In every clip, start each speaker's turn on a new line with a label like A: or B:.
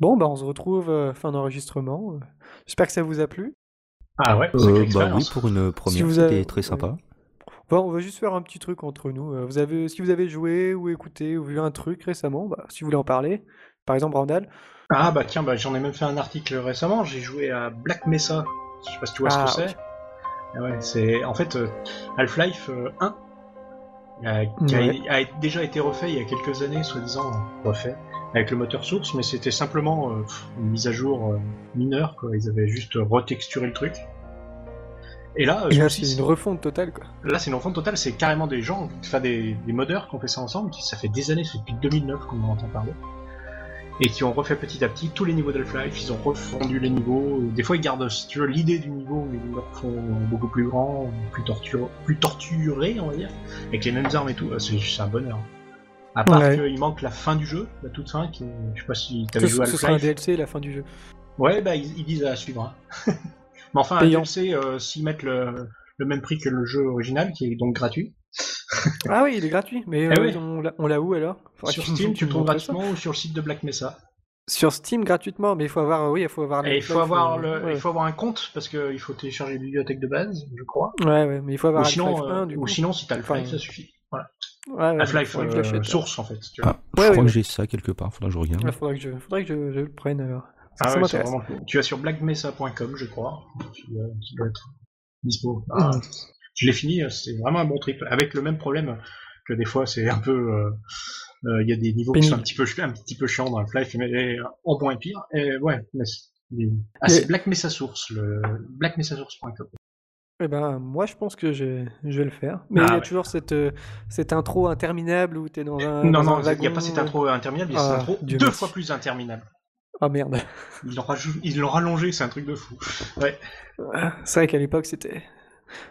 A: Bon, bah on se retrouve euh, fin d'enregistrement. euh. J'espère que ça vous a plu.
B: Ah ouais,
C: Euh, bah oui, pour une première,
A: Si vous
C: c'était
A: avez-
C: très sympa.
A: Bon, on va juste faire un petit truc entre nous. Euh, Vous avez, si vous avez joué ou écouté ou vu un truc récemment, bah, si vous voulez en parler, par exemple Randall.
B: Ah bah tiens, bah, j'en ai même fait un article récemment, j'ai joué à Black Mesa. Je sais pas si tu vois
A: Ah,
B: ce que c'est. Ah Ouais, c'est en fait euh, Half-Life euh, 1 euh, qui a-
A: Ouais.
B: a, déjà été refait il y a quelques années, soi-disant refait avec le moteur source, mais c'était simplement euh, pff, une mise à jour euh, mineure quoi. Ils avaient juste retexturé le truc. Et là, euh,
A: Et
B: je me
A: là,
B: suis-
A: c'est une refonte totale, quoi.
B: Là, c'est une refonte totale, c'est carrément des gens, enfin des, des modeurs qui ont fait ça ensemble, qui ça fait des années, c'est depuis 2009 qu'on en entend parler, et qui ont refait petit à petit tous les niveaux d'Half-Life, ils ont refondu les niveaux, euh, des fois ils gardent, si tu veux, l'idée du niveau, mais ils le refont beaucoup plus grand, plus, tortur- plus torturé, on va dire, avec les mêmes armes et tout, Euh, c'est juste un bonheur. À part
A: Ouais.
B: qu'il manque la fin du jeu, la toute fin, qui, je sais pas si
A: Ce,
B: t'avais joué à
A: ce sera un
B: Half-Life.
A: DLC, la fin du jeu.
B: Ouais, bah ils, ils disent à suivre. hein. Mais enfin, un
A: Payant.
B: DLC, euh, s'ils mettent le, le même prix que le jeu original, qui est donc gratuit,
A: Ah oui, il est gratuit, mais
B: Eh
A: euh,
B: ouais.
A: on l'a- on l'a où alors Faudra
B: sur
A: que me-
B: Steam, tu
A: me
B: le trouves
A: montres ça.
B: gratuitement ou sur le site de Black Mesa.
A: Sur Steam gratuitement, mais il faut avoir, euh, oui, il faut avoir.
B: Et il faut
A: Half-Life,
B: avoir
A: euh,
B: le,
A: ouais.
B: il faut avoir un compte parce qu'il faut télécharger les bibliothèques de base, je crois.
A: Ouais, ouais, mais il faut avoir
B: Ou
A: Half-Life
B: sinon, euh,
A: 1, du
B: ou
A: coup.
B: sinon, si t'as le
A: Enfin,
B: Half-Life, ça suffit. Voilà.
A: Ouais, ouais,
B: Half-Life
A: faudrait que je
B: euh,
A: l'achète.
B: source en fait. Tu vois.
C: Ah, je
A: Ouais,
C: crois
A: ouais.
C: que j'ai ça quelque part, faudra que je regarde.
A: Ah, faudrait que je, faudrait que je, je le prenne alors. Ça, ça
B: Ah ouais, c'est
A: m'intéresse.
B: vraiment cool. Tu vas sur blackmesa.com, je crois. Tu, euh, tu dois être dispo. Ah, Je l'ai fini, euh, c'était vraiment un bon trip. Avec le même problème que des fois, c'est un peu. euh, euh, Il y a des niveaux qui sont un
A: Pénible.
B: petit peu, ch- un petit peu chiants dans Half-Life, mais euh, au moins pire. Et ouais, mais c'est- mais- ah, c'est
A: Et-
B: Black Mesa Source, le blackmesasource.com.
A: Eh ben, moi, je pense que je, je vais le faire. Mais
B: Ah
A: il y a
B: ouais.
A: toujours cette, euh, cette intro interminable où t'es dans un.
B: Non,
A: dans
B: non,
A: un
B: il n'y a
A: wagon,
B: pas cette
A: euh.
B: intro interminable, il y a
A: Ah,
B: cette intro
A: Dieu
B: deux
A: merci.
B: fois plus interminable.
A: Ah merde.
B: Ils l'ont rajou- ils l'ont rallongé, c'est un truc de fou.
A: C'est vrai qu'à l'époque, c'était.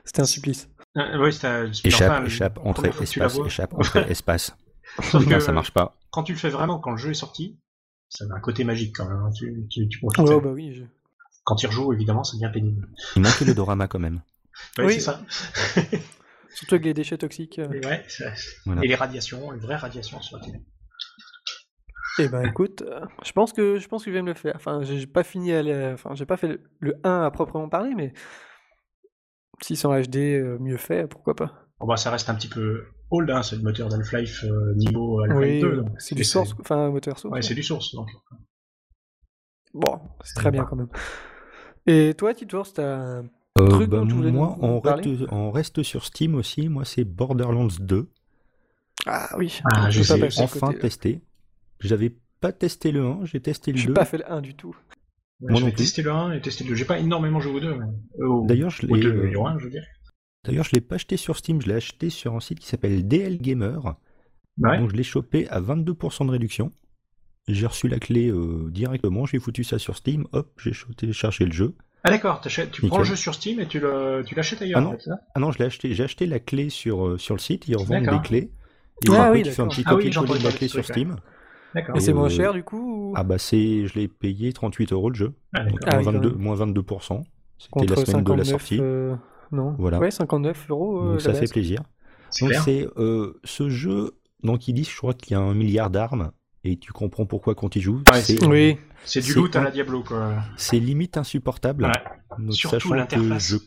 A: C'était un supplice.
B: Euh, ouais, c'est un-
C: Échappe,
B: enfin,
C: échappe,
B: la
C: entrée,
B: première fois que tu la
C: espace,
B: vois.
C: échappe, entrée, espace.
B: Sauf
C: Non,
B: que-
C: ça marche pas.
B: quand tu le fais vraiment, quand le jeu est sorti, ça a un côté magique quand même. hein. Tu, tu, tu profites.
A: Oh, bah oui. je-
B: Quand il rejoue, évidemment, ça devient pénible.
C: Il manquait le dorama quand même.
B: Ouais,
A: Oui.
B: c'est ça.
A: Surtout avec les déchets toxiques. euh.
B: Et, ouais, ça-
C: Voilà.
B: et les radiations, les vraies radiations sur la télé.
A: Eh ben écoute, euh, je pense que je pense que je vais me le faire. Enfin, j'ai j'ai pas fini à la- enfin, j'ai pas fait le- le 1 à proprement parler, mais si c'est en HD euh, mieux fait, pourquoi pas.
B: Bon, bah, ça reste un petit peu old, hein, c'est le moteur d'Half-Life euh, niveau Half-Life
A: oui,
B: 2.
A: euh,
B: donc.
A: c'est
B: Et
A: du source, enfin moteur source.
B: Ouais, c'est du source. Donc.
A: Bon, c'est très bien quand même. Et toi, Titours, t'as
C: Euh,
A: Truc
C: bah,
A: dont tu voulais
C: moi,
A: nous
C: on reste,
A: parler
C: on reste sur Steam aussi. Moi, c'est Borderlands 2.
A: ah oui,
B: Ah,
A: je
B: je
A: peux pas
B: sais.
A: passer à
C: Enfin
A: côté, là.
C: testé. J'avais pas testé le 1, j'ai testé le
A: j'ai
C: 2.
A: pas fait le 1 du tout.
B: Ouais,
C: Moi
B: je
C: non
B: vais
C: plus.
B: tester le 1 et tester le 2. J'ai pas énormément joué au 2. Mais... euh, au-
C: D'ailleurs, je
B: au
C: l'ai
B: 2 et
C: euh,
B: au 1, je veux dire.
C: d'ailleurs, je l'ai pas acheté sur Steam, je l'ai acheté sur un site qui s'appelle DL Gamer.
B: Ouais.
C: Donc je l'ai chopé à 22% de réduction. J'ai reçu la clé euh, directement, j'ai foutu ça sur Steam, hop, j'ai cho- téléchargé le jeu.
B: Ah, d'accord, t'achètes- tu prends
C: Nickel.
B: le jeu sur Steam et tu le- tu l'achètes ailleurs.
C: Ah non.
B: en fait, hein. c'est ça
C: Ah non, je l'ai acheté, j'ai acheté la clé sur, euh, sur le site, ils revendent
B: D'accord.
C: des clés. Et
A: Ah
C: après,
A: oui,
C: tu fais un
A: d'accord.
C: petit
B: Ah oui,
C: copier
B: j'entends
C: de la
B: parler
C: clé
B: de ce
C: sur
B: truc, ouais.
C: Steam.
B: D'accord.
A: Et c'est
C: euh,
A: moins cher du coup ou-
C: Ah bah c'est, je l'ai payé 38 euros le jeu,
B: Ah,
C: donc
B: d'accord.
A: Ah oui,
C: moins,
A: quand
C: 22,
A: même.
C: moins 22%. C'était
A: contre
C: la semaine de la
A: 59,
C: sortie,
A: euh, Non,
C: Voilà.
A: ouais, 59 euros. euh,
C: donc
A: la
C: ça fait
A: base.
C: plaisir.
B: C'est
C: Donc
B: clair.
C: c'est euh, ce jeu, donc ils disent, je crois qu'il y a un milliard d'armes, et tu comprends pourquoi quand ils joues,
B: Ouais,
C: c'est,
B: c'est-
A: Oui,
B: C'est du
C: c'est
B: loot à
C: un-
B: la Diablo, quoi.
C: c'est limite insupportable.
B: Ouais.
C: Donc,
B: Surtout
C: sachant que
B: l'interface.
C: je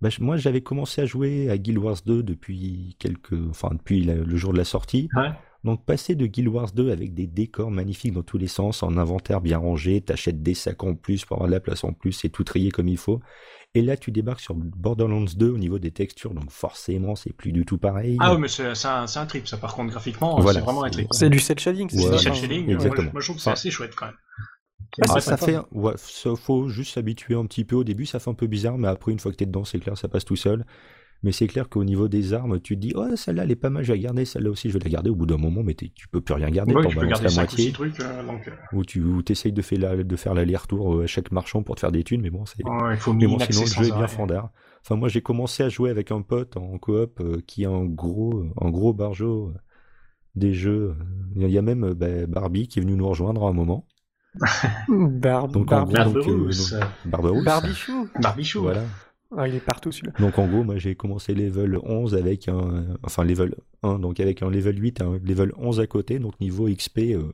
C: Bah, je- moi, j'avais commencé à jouer à Guild Wars 2 depuis quelques, enfin depuis la- le jour de la sortie.
B: Ouais.
C: Donc, passer de Guild Wars 2 avec des décors magnifiques dans tous les sens, en inventaire bien rangé, t'achètes des sacs en plus pour avoir de la place en plus et tout trier comme il faut. Et là, tu débarques sur Borderlands 2 au niveau des textures, donc forcément, c'est plus du tout pareil.
B: Ah oui, mais c'est c'est un, c'est un trip, ça. Par contre, graphiquement,
C: Voilà,
B: c'est vraiment un
C: c'est-
B: trip.
A: c'est du cel shading, c'est
C: Ouais,
B: C'est
A: ça,
B: du cel
A: enfin,
B: shading.
A: ouais.
B: Moi, je-
C: exactement.
B: moi, je trouve que c'est
C: Ah.
B: assez chouette quand même.
C: Ah,
B: C'est
C: ça
B: sympa.
C: fait, ouais, ça, faut juste s'habituer un petit peu. Au début, ça fait un peu bizarre, mais après, une fois que t'es dedans, c'est clair, ça passe tout seul. Mais c'est clair qu'au niveau des armes, tu te dis, oh, celle-là, elle est pas mal, je vais la garder, celle-là aussi, je vais la garder. Au bout d'un moment, mais t'es- tu peux plus rien garder,
B: Ouais,
C: t'en
B: tu peux
C: balances
B: garder
C: bah, la
B: 5 ou 6
C: moitié.
B: trucs. euh, donc, euh,
C: Ou tu ou t'essayes de faire la- de faire l'aller-retour euh, à chaque marchand pour te faire des thunes, mais bon, c'est.
B: ouais, il faut
C: Mais
B: miner
C: bon,
B: l'accès
C: sinon, le
B: sans
C: jeu est bien
B: arrêt.
C: fandard. Enfin, moi, j'ai commencé à jouer avec un pote en coop euh, qui est un gros, un gros barjo euh, des jeux. Il y a même euh, bah, Barbie qui est venu nous rejoindre à un moment.
A: Barbe-
C: Donc, en
A: Barbie.
C: gros, donc, euh,
B: Barberousse, euh,
C: Barbarousse.
A: Barbichou.
B: Barbichou.
C: Voilà.
A: Ah, il est partout celui-là.
C: Donc en gros, moi j'ai commencé level 11 avec un. Enfin, level 1, donc avec un level 8 et un level 11 à côté. Donc niveau XP, euh,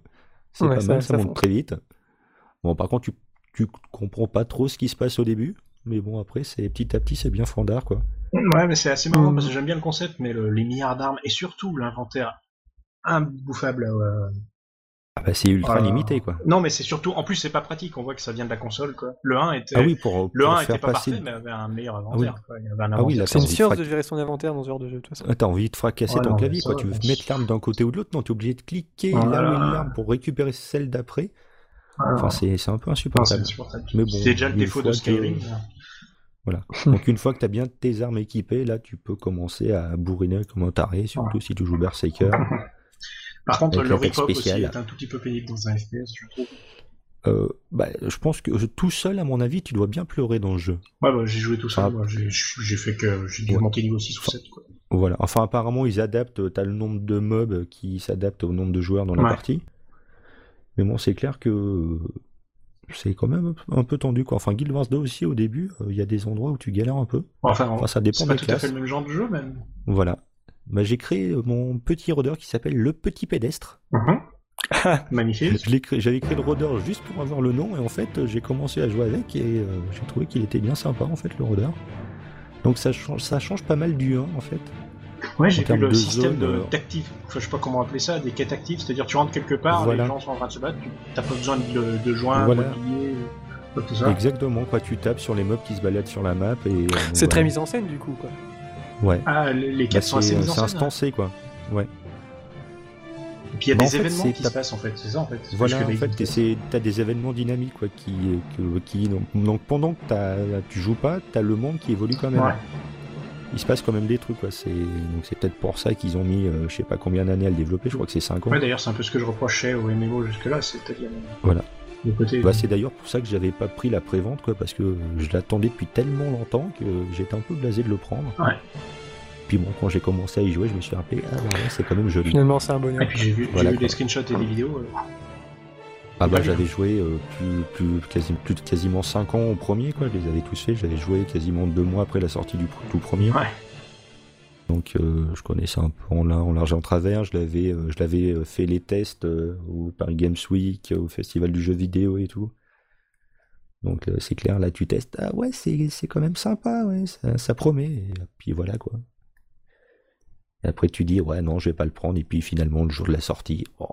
C: c'est
A: Ouais,
C: pas
A: ça-
C: mal,
A: ça
C: ça monte
A: fonce.
C: très vite. Bon, par contre, tu, tu comprends pas trop ce qui se passe au début, mais bon, après, c'est petit à petit, c'est bien fandard, quoi.
B: Ouais, mais c'est assez marrant parce que j'aime bien le concept, mais le- les milliards d'armes et surtout l'inventaire imbouffable. euh,
C: Ah bah, c'est ultra
B: Ah.
C: limité, quoi.
B: Non, mais c'est surtout. En plus, c'est pas pratique. On voit que ça vient de la console, quoi. Le 1 était.
C: Ah oui, pour,
B: le
C: pour
B: 1
C: faire
B: était pas
C: passer...
B: parfait, mais avait un meilleur inventaire.
C: Ah
B: quoi. Il y avait un
C: Ah oui,
B: inventaire.
C: là,
A: C'est
C: t'as
A: une
C: envie, de
A: science
C: frac-
A: de gérer son inventaire dans ce genre de jeu, de toute façon.
C: Ah, t'as envie de fracasser
B: Ouais,
C: ton
B: non,
C: clavier,
B: ça,
C: quoi. Tu veux
B: ouais.
C: mettre l'arme d'un côté ou de l'autre, non, t'es obligé de cliquer
B: Ah
C: là où
B: là
C: est
B: là.
C: l'arme pour récupérer celle d'après.
B: Ah,
C: Enfin, c'est c'est un peu
B: non, c'est
C: insupportable.
B: insupportable.
C: Mais bon,
B: C'était déjà le
C: une
B: défaut de
C: fois que-
B: Skyrim. là.
C: Donc une fois que tu as bien tes armes équipées, là tu peux commencer à bourriner comme un taré, surtout si tu joues Berserker.
B: Par contre,
C: Avec
B: le
C: l'attaque
B: rip-up aussi
C: spéciale.
B: est un tout petit peu pénible dans un FPS, je trouve.
C: Euh, bah, je pense que euh, tout seul, à mon avis, tu dois bien pleurer dans le jeu.
B: Ouais, bah, j'ai joué tout ça.
C: Ah.
B: moi. J'ai- J'ai fait que. J'ai dû
C: Ouais.
B: monter niveau 6 ou 7, quoi.
C: Voilà. Enfin, apparemment, ils adaptent. euh, T'as le nombre de mobs qui s'adaptent au nombre de joueurs dans la
B: Ouais.
C: partie. Mais bon, c'est clair que euh, c'est quand même un peu tendu. Quoi. Enfin, Guild Wars 2 aussi, au début, euh, il y a des endroits où tu galères un peu.
B: Enfin, on-
C: Enfin, ça
B: c'est
C: dépend
B: pas
C: des
B: tout à fait
C: classes.
B: le même genre de jeu, même.
C: Voilà. Bah, j'ai créé euh, mon petit rôdeur qui s'appelle le petit pédestre. Mhm.
B: Magnifique.
C: Je l'ai créé- J'avais créé le rôdeur juste pour avoir le nom et en fait j'ai commencé à jouer avec et euh, j'ai trouvé qu'il était bien sympa en fait le rôdeur. Donc ça change, ça change pas mal du 1 en fait.
B: Ouais, j'ai
C: En termes
B: vu le
C: de
B: système
C: zone,
B: de
C: euh,
B: d'actifs. Enfin, je sais pas comment appeler ça, des quêtes actives. C'est-à-dire, tu rentres quelque part,
C: Voilà.
B: les gens sont en train de se battre, tu t'as pas besoin de, de joindre,
C: Voilà.
B: de billets, de tout ça.
C: Exactement quoi, tu tapes sur les mobs qui se baladent sur la map et... euh,
A: C'est
C: voilà.
A: très mis en scène, du coup, quoi.
C: Ouais.
B: Ah, les, les
C: Bah,
B: quêtes sont
C: c'est
B: assez mises en
C: c'est
B: scène. hein.
C: instancé quoi.
B: Et puis, il y a
C: Bah, en
B: des
C: fait,
B: événements
C: c'est-
B: qui
C: t'as-
B: se passent, en fait. C'est ça, en fait. C'est
C: Voilà,
B: plus que
C: en
B: des-
C: fait, t'es- c'est- t'as des événements dynamiques quoi qui... euh, que- qui donc, donc pendant que t'as- tu joues pas, t'as le monde qui évolue quand même.
B: Ouais.
C: Il se passe quand même des trucs quoi, c'est donc c'est peut-être pour ça qu'ils ont mis euh, je sais pas combien d'années à le développer, je crois que c'est 5 ans.
B: Ouais, d'ailleurs, c'est un peu ce que je reprochais au MMO jusque-là, c'est-à-dire. euh,
C: Voilà.
B: Le côté.
C: Bah, c'est d'ailleurs pour ça que j'avais pas pris la prévente quoi parce que euh, je l'attendais depuis tellement longtemps que euh, j'étais un peu blasé de le prendre.
B: Ouais.
C: Puis bon quand j'ai commencé à y jouer je me suis rappelé ah bah ouais, c'est quand même joli.
A: Finalement, c'est un
B: Ah, Et
A: bonheur.
B: puis, j'ai vu, j'ai
C: Voilà,
B: vu
C: quoi.
B: des screenshots et des vidéos. euh,
C: Ah bah
B: pas
C: j'avais joué euh, plus, plus, quasi- plus de quasiment 5 ans au premier quoi, je les avais tous faits, j'avais joué quasiment deux mois après la sortie du pr- tout premier.
B: Ouais.
C: Donc euh, je connaissais un peu en, la- en large et en travers, je l'avais euh, je l'avais euh, fait les tests euh, au Paris Games Week, au festival du jeu vidéo et tout. Donc euh, c'est clair, là tu testes, ah ouais c'est c'est quand même sympa, ouais, ça, ça promet, et puis voilà quoi. Et après tu dis ouais non je vais pas le prendre, et puis finalement le jour de la sortie, oh,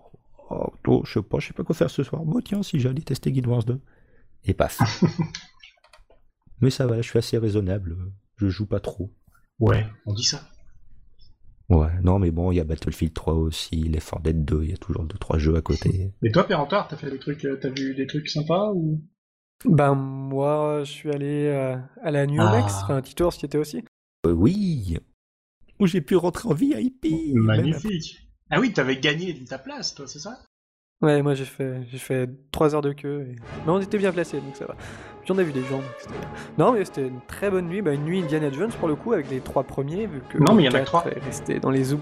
C: oh, oh, je sais pas, je sais pas quoi faire ce soir, bon tiens si j'allais tester Guild Wars 2. Et paf. Mais ça va, je suis assez raisonnable, je joue pas trop.
B: Ouais, on dit ça.
C: Ouais, non, mais bon, il y a Battlefield 3 aussi, Left 4 Dead 2, il y a toujours 2-3 jeux à côté.
B: Mais toi, Pérantard, t'as fait des trucs, euh, t'as vu des trucs sympas ou
A: Ben, moi, je suis allé euh, à la New Mex,
B: Ah.
A: enfin, Titor, qui était aussi.
C: Euh, oui Où j'ai pu rentrer en VIP même
B: Magnifique. Ah oui, t'avais gagné ta place, toi, c'est ça
A: Ouais, moi, j'ai fait, j'ai fait 3 heures de queue. et- Mais on était bien placés, donc ça va. Puis on a vu des gens, donc c'était bien. Non, mais c'était une très bonne nuit. Ben, une nuit Indiana Jones, pour le coup, avec les trois premiers, vu que
B: Non,
A: le
B: mais il y en a que
A: quatre
B: trois.
A: est resté dans les zooms.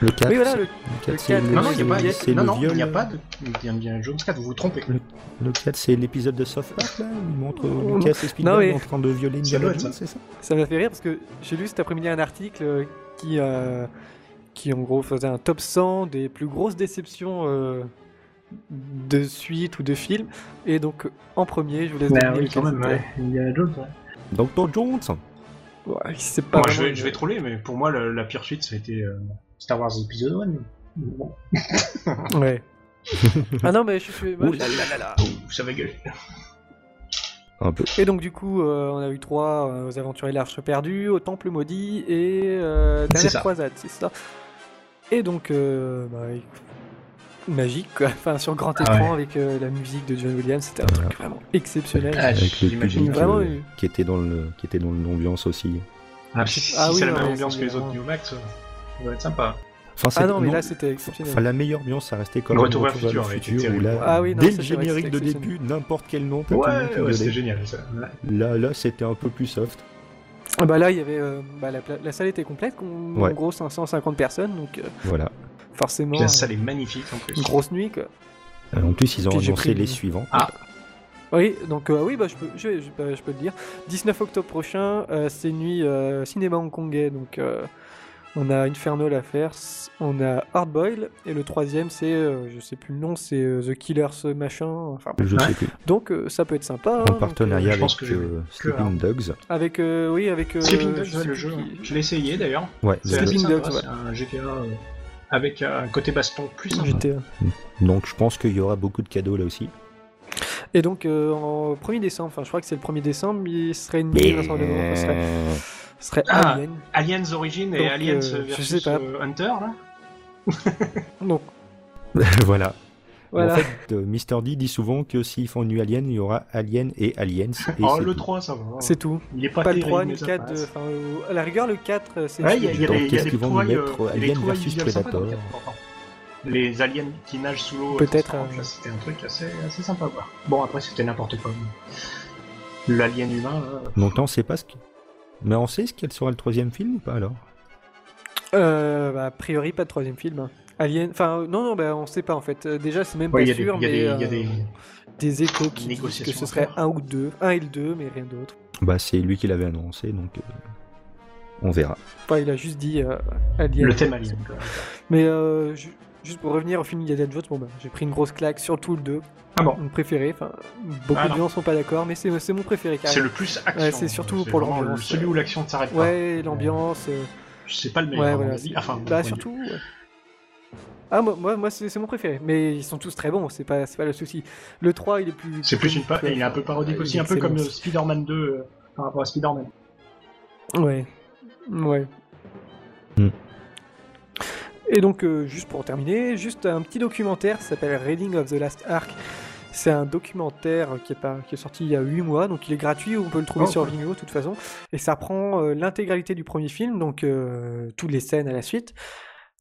C: Le 4,
A: Oui, voilà, le- le
C: c'est
A: quatre,
C: le-
A: Mais
B: Non, non, il n'y
A: c'est-
B: a pas, il y a-
C: c'est
B: non,
C: le
B: non, il
C: viol.
B: n'y a pas de d'Indiana Jones 4, vous vous trompez.
C: Le- Le 4, c'est l'épisode de Soft Park, là, où il montre
A: Oh,
C: Lucas et Spielberg
A: mais-
C: en train de violer
B: Ça doit
C: Indiana
B: être
C: Jones,
B: ça.
C: c'est ça
A: Ça m'a fait rire parce que j'ai lu cet après-midi un article qui, euh, qui en gros faisait un top 100 des plus grosses déceptions euh, de suites ou de films. Et donc en premier, je vous laisse
B: Bah
A: deviner
B: oui,
A: lequel
B: quand même,
A: c'était.
B: ouais. Indiana Jones, ouais.
C: Donc, ton Jones
A: Ouais, c'est pas
B: Moi, je
A: vraiment
B: vais, je vais troller, mais pour moi, le- la pire suite, ça a été euh, Star Wars épisode 1. Bon,
A: une- Ouais. ah non, mais je suis.
C: Ouh là là là là.
B: Ouh, ça va gueuler.
C: Un peu.
A: Et donc du coup, euh, on a eu trois euh, aux aventuriers de l'Arche perdue, au Temple maudit et euh,
B: C'est
A: dernière
B: ça.
A: croisade, c'est ça. Et donc euh, bah, écoute, magique, quoi. enfin sur grand
B: Ah
A: écran avec euh, la musique de John Williams, c'était un
C: Voilà.
A: truc vraiment exceptionnel.
B: Ah,
C: Avec le
B: j'imagine
C: public
A: vraiment,
C: euh,
A: oui.
C: qui était dans le- qui était dans l'ambiance aussi.
B: Ah, si si
A: Ah oui,
B: c'est la
A: non,
B: même
A: mais
B: ambiance
A: c'est
B: que les autres
A: vraiment-
B: New Max, euh, ça doit être sympa.
C: Enfin,
A: Ah
C: c'est-
A: non, mais là c'était exceptionnel.
C: Enfin, la meilleure ambiance, ça restait quand
B: Le
C: même
B: Retour vers le futur,
C: vers
B: ouais,
C: le
B: était terrible.
C: où là,
A: Ah oui, non, c'est
C: dès le
A: vrai, c'était
C: générique de début, n'importe quel nom, t'as tout le monde qui
B: Ouais, ouais,
C: gueulait.
B: c'était génial ça. Ouais.
C: Là, là c'était un peu plus soft.
A: Ah bah là, il y avait euh, bah, la, pla- la salle était complète, con-
C: Ouais.
A: en gros 550 personnes, donc euh,
C: Voilà.
A: forcément
B: Puis La salle est magnifique en plus.
A: une grosse nuit. Quoi.
C: Euh, En plus, ils ont
A: Puis j'ai
C: annoncé
A: pris-
C: les suivants.
B: Ah.
A: Oui, donc euh, oui, bah, je, peux, je, je peux- je peux le dire. 19 octobre prochain, euh, c'est nuit euh, cinéma hongkongais, donc euh, On a Infernal à faire, s- on a Hardboil, et le troisième, c'est, euh, je sais plus le nom, c'est euh, The Killers machin. Enfin,
C: Je
B: Ouais.
C: sais plus.
A: donc euh, ça peut être sympa. hein,
C: En
A: donc,
C: partenariat
B: je pense
C: avec
B: que j'ai
C: euh,
B: que un.
C: Sleeping Dogs.
A: euh, avec, euh, oui, avec. euh,
B: Sleeping Dogs,
A: je
B: ouais,
A: sais
B: le
A: plus
B: jeu. hein.
A: qui-
B: Je l'ai essayé d'ailleurs.
C: Ouais,
B: C'est assez
A: Sleeping
B: sympa,
A: Dogs, ouais.
B: c'est un GTA euh, avec un côté baston plus sympa.
A: GTA.
C: donc je pense qu'il y aura beaucoup de cadeaux là aussi.
A: Et donc, euh, en 1er décembre, enfin, je crois que c'est le 1er décembre, il serait une
C: Mais-
A: version de- enfin, ce serait, ce serait
B: Ah.
A: Alien.
B: Aliens Origin et
A: Donc,
B: Aliens
A: euh, je
B: versus
A: sais pas.
B: euh, Hunter, là
A: Donc,
C: voilà.
A: voilà.
C: En fait, euh, Mr. D dit souvent que s'ils font une Alien, il y aura Alien et Aliens. Et
B: Oh,
C: c'est
B: le
C: tout.
B: 3, ça va.
A: c'est tout.
B: Il est pas,
A: Pas le
B: terrible,
A: 3, ni
B: mais
A: le
B: ça
A: 4.
B: passe.
A: euh, enfin, euh, à la rigueur, le 4, euh, c'est.
B: Ouais, il y a, il y a
C: Donc,
B: des, il y a
C: qu'est-ce
B: des
C: qu'ils vont nous
B: trouvailles,
C: mettre,
B: euh, il y a des
C: Alien
B: trouvailles
C: versus
B: visuelles sympas dans le
C: Predator
B: cadre, pourtant. Les aliens qui nagent sous l'eau.
A: Peut-être,
B: transparente,
A: euh,
B: là, C'était un truc assez, assez sympa à voir. Bon, après, c'était n'importe quoi. mais L'alien humain, euh, là,
C: Donc là, on sait pas ce qui. Mais on sait ce qu'elle sera le troisième film ou pas alors
A: Euh, bah, a priori, pas de troisième film. hein. Alien. Enfin, euh, non, non, bah, on sait pas en fait. Euh, Déjà, c'est même
B: ouais, il y
A: pas
B: a des-
A: sûr,
B: il y a
A: mais.
B: des- il y a
A: euh,
B: des.
A: des échos qui disent que
B: négociations
A: ce
B: à
A: serait
B: faire.
A: un ou deux. Un et le deux, mais rien d'autre.
C: Bah, c'est lui qui l'avait annoncé, donc euh, on verra.
A: Enfin, il a juste dit euh, Alien.
B: Le thème alien, quoi.
A: Mais euh, ju- juste pour revenir au film Indiana Jones, bon, bah, j'ai pris une grosse claque, surtout le 2,
B: Ah bon
A: mon préféré. Enfin, beaucoup
B: Ah,
A: de
B: non.
A: gens sont pas d'accord, mais c'est c'est mon préféré
B: C'est
A: carrément.
B: le Ah. plus action.
A: Ouais, c'est surtout
B: C'est
A: pour
B: vraiment
A: l'ambiance.
B: le- Celui où l'action ne s'arrête pas.
A: Ouais, l'ambiance. euh,
B: C'est pas le meilleur.
A: Ouais,
B: à mon
A: voilà.
B: avis.
A: c'est-
B: Enfin, de
A: bah,
B: mon point de vue.
A: surtout. ouais. Ah, moi, moi, moi, c'est c'est mon préféré. Mais ils sont tous très bons, c'est pas, c'est pas le souci. Le 3, il est plus.
B: C'est plus une. pa- Il est un peu parodique
A: Ouais,
B: aussi,
A: il est
B: un peu comme euh,
A: excellent.
B: Spider-Man 2 euh, par rapport à Spider-Man.
A: Ouais. Ouais.
C: Hmm.
A: Et donc, euh, juste pour terminer, juste un petit documentaire ça s'appelle Reading of the Last Ark. C'est un documentaire qui est, pas- qui est sorti il y a 8 mois, donc il est gratuit, on peut le trouver
B: Oh,
A: sur
B: cool.
A: Vimeo de toute façon. Et ça prend euh, l'intégralité du premier film, donc euh, toutes les scènes à la suite,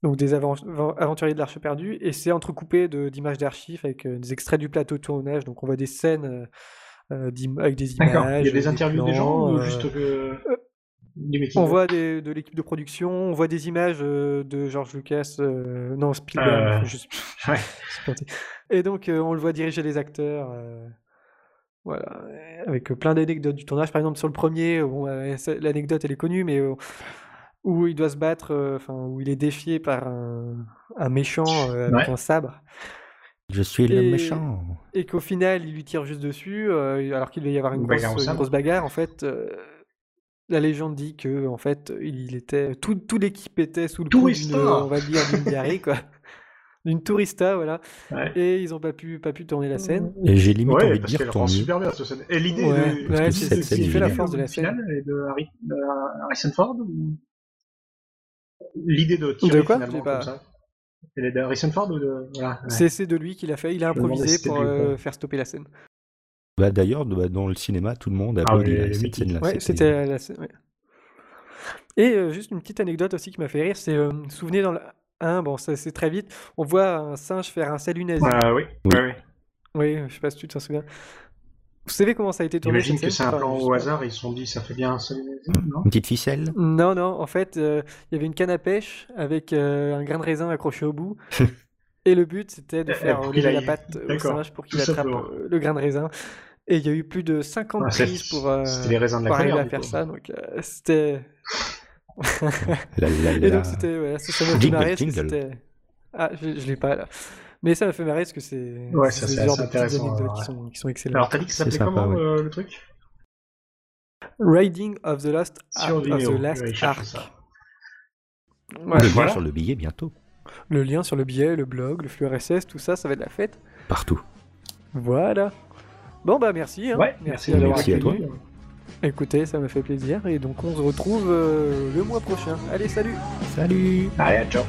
A: donc des avan- avan- aventuriers de l'Arche perdue, et c'est entrecoupé de- d'images d'archives avec euh, des extraits du plateau de tournage, donc on voit des scènes euh, euh, d'im- avec des images.
B: D'accord. Il y a des interviews des gens ou
A: plans, euh,
B: juste que. Du making
A: on
B: of
A: voit des- de l'équipe de production, on voit des images euh, de George Lucas, euh, non Spielberg,
B: Euh,
A: je sais plus.
B: ouais.
A: C'est planté. Et donc euh, on le voit diriger les acteurs, euh, voilà, euh, avec euh, plein d'anecdotes du tournage. Par exemple sur le premier, euh, bon, euh, ça- l'anecdote elle est connue, mais euh, où il doit se battre, euh, enfin où il est défié par un, un méchant euh, avec un sabre,
C: Je suis le
A: Et-
C: méchant.
A: et qu'au final il lui tire juste dessus, euh, alors qu'il va y avoir une
B: Une
A: grosse
B: bagarre au
A: une
B: sabre.
A: grosse bagarre en fait. euh, la légende dit que en fait, il était tout, toute l'équipe était sous le coup d'une,
B: Tourista
A: on va dire d'une diarrhée quoi, d'une tourista voilà.
B: Ouais.
A: Et ils ont pas pu pas pu tourner la scène.
C: Et j'ai limite
B: Ouais,
C: envie de
B: parce qu'elle
C: dire
B: rend
C: tant mieux.
B: super bien cette scène. Et l'idée
A: Ouais,
B: de...
A: ouais, c'est
C: que cette
A: c'est ce
C: scène
A: qui
C: est
A: fait la
C: géniale.
A: force de la scène.
B: finale et de, Harry, de Harrison Ford ou... L'idée de tirer
A: De quoi
B: finalement
A: J'ai pas-
B: comme ça. Elle est de Harrison Ford ou de... Voilà, ouais.
A: C'est c'est de lui qu'il a fait, il a
B: Je me demandais
A: improvisé
B: si c'était
A: pour
B: lui,
A: euh, faire stopper la scène.
C: Bah, D'ailleurs, bah, dans le cinéma, tout le monde a
B: Ah
C: applaudi
B: oui,
C: là,
B: les
C: cette
B: mythiques.
C: scène-là.
A: Ouais, c'était euh, la- la scène. ouais. Et euh, juste une petite anecdote aussi qui m'a fait rire, c'est euh, souvenez dans le 1, bon ça c'est très vite, on voit un singe faire un salut nazi.
B: Ah oui,
C: Oui.
B: oui. oui.
A: Oui, je sais pas si tu t'en souviens. Vous savez comment ça a été tourné
B: J'imagine
A: cette
B: que c'est
A: scène
B: un
A: Enfin,
B: plan
A: je sais
B: au
A: pas.
B: hasard, ils se sont dit ça fait bien un seul non
C: Une petite ficelle
A: Non, non, en fait, euh, il y avait une canne à pêche avec euh, un grain de raisin accroché au bout. et le but, c'était de
B: Euh,
A: faire
B: pour
A: euh,
B: qu'il
A: lever la
B: aille-
A: patte au
B: D'accord,
A: singe pour qu'il
B: tout
A: attrape
B: simplement.
A: euh, le grain de raisin. Et il y a eu plus de 50
B: Ah, c'est-
A: prises pour, euh,
B: C'était les raisins de la
A: pour arriver
B: colère.
A: à
B: du
A: faire
B: coup.
A: ça. Donc, euh, c'était.
C: La, la,
A: Et
C: la.
A: donc c'était, voilà, ça ça m'a fait
C: Jingle,
A: marrer. parce que
C: jingle.
A: c'était- Ah, je, je l'ai pas là. Mais ça m'a fait marrer parce que c'est
B: Ouais,
A: c'est
B: ça,
A: ce
B: c'est
A: genre
B: assez
A: de petites
B: intéressant,
A: anecdotes
B: ouais.
A: qui sont, qui sont excellentes.
B: Alors t'as dit que ça
C: C'est
B: s'appelait
C: sympa,
B: comment
C: ouais.
B: euh, le truc
A: Riding of the Last,
B: Sur
A: of
B: Vimeo,
A: Ah, the last
B: ouais, il cherche
A: Ark.
B: ça.
A: Ouais.
C: Le lien
B: voilà.
C: sur le billet bientôt.
A: Le lien sur le billet, le blog, le flux RSS, tout ça, ça va être la fête.
C: Partout.
A: Voilà. Bon bah merci. hein.
B: Ouais, merci de l'avoir
C: Merci à
B: accueilli.
A: Écoutez, ça me fait plaisir et donc on se retrouve euh, le mois prochain. Allez, salut.
C: Salut
B: Allez, ciao.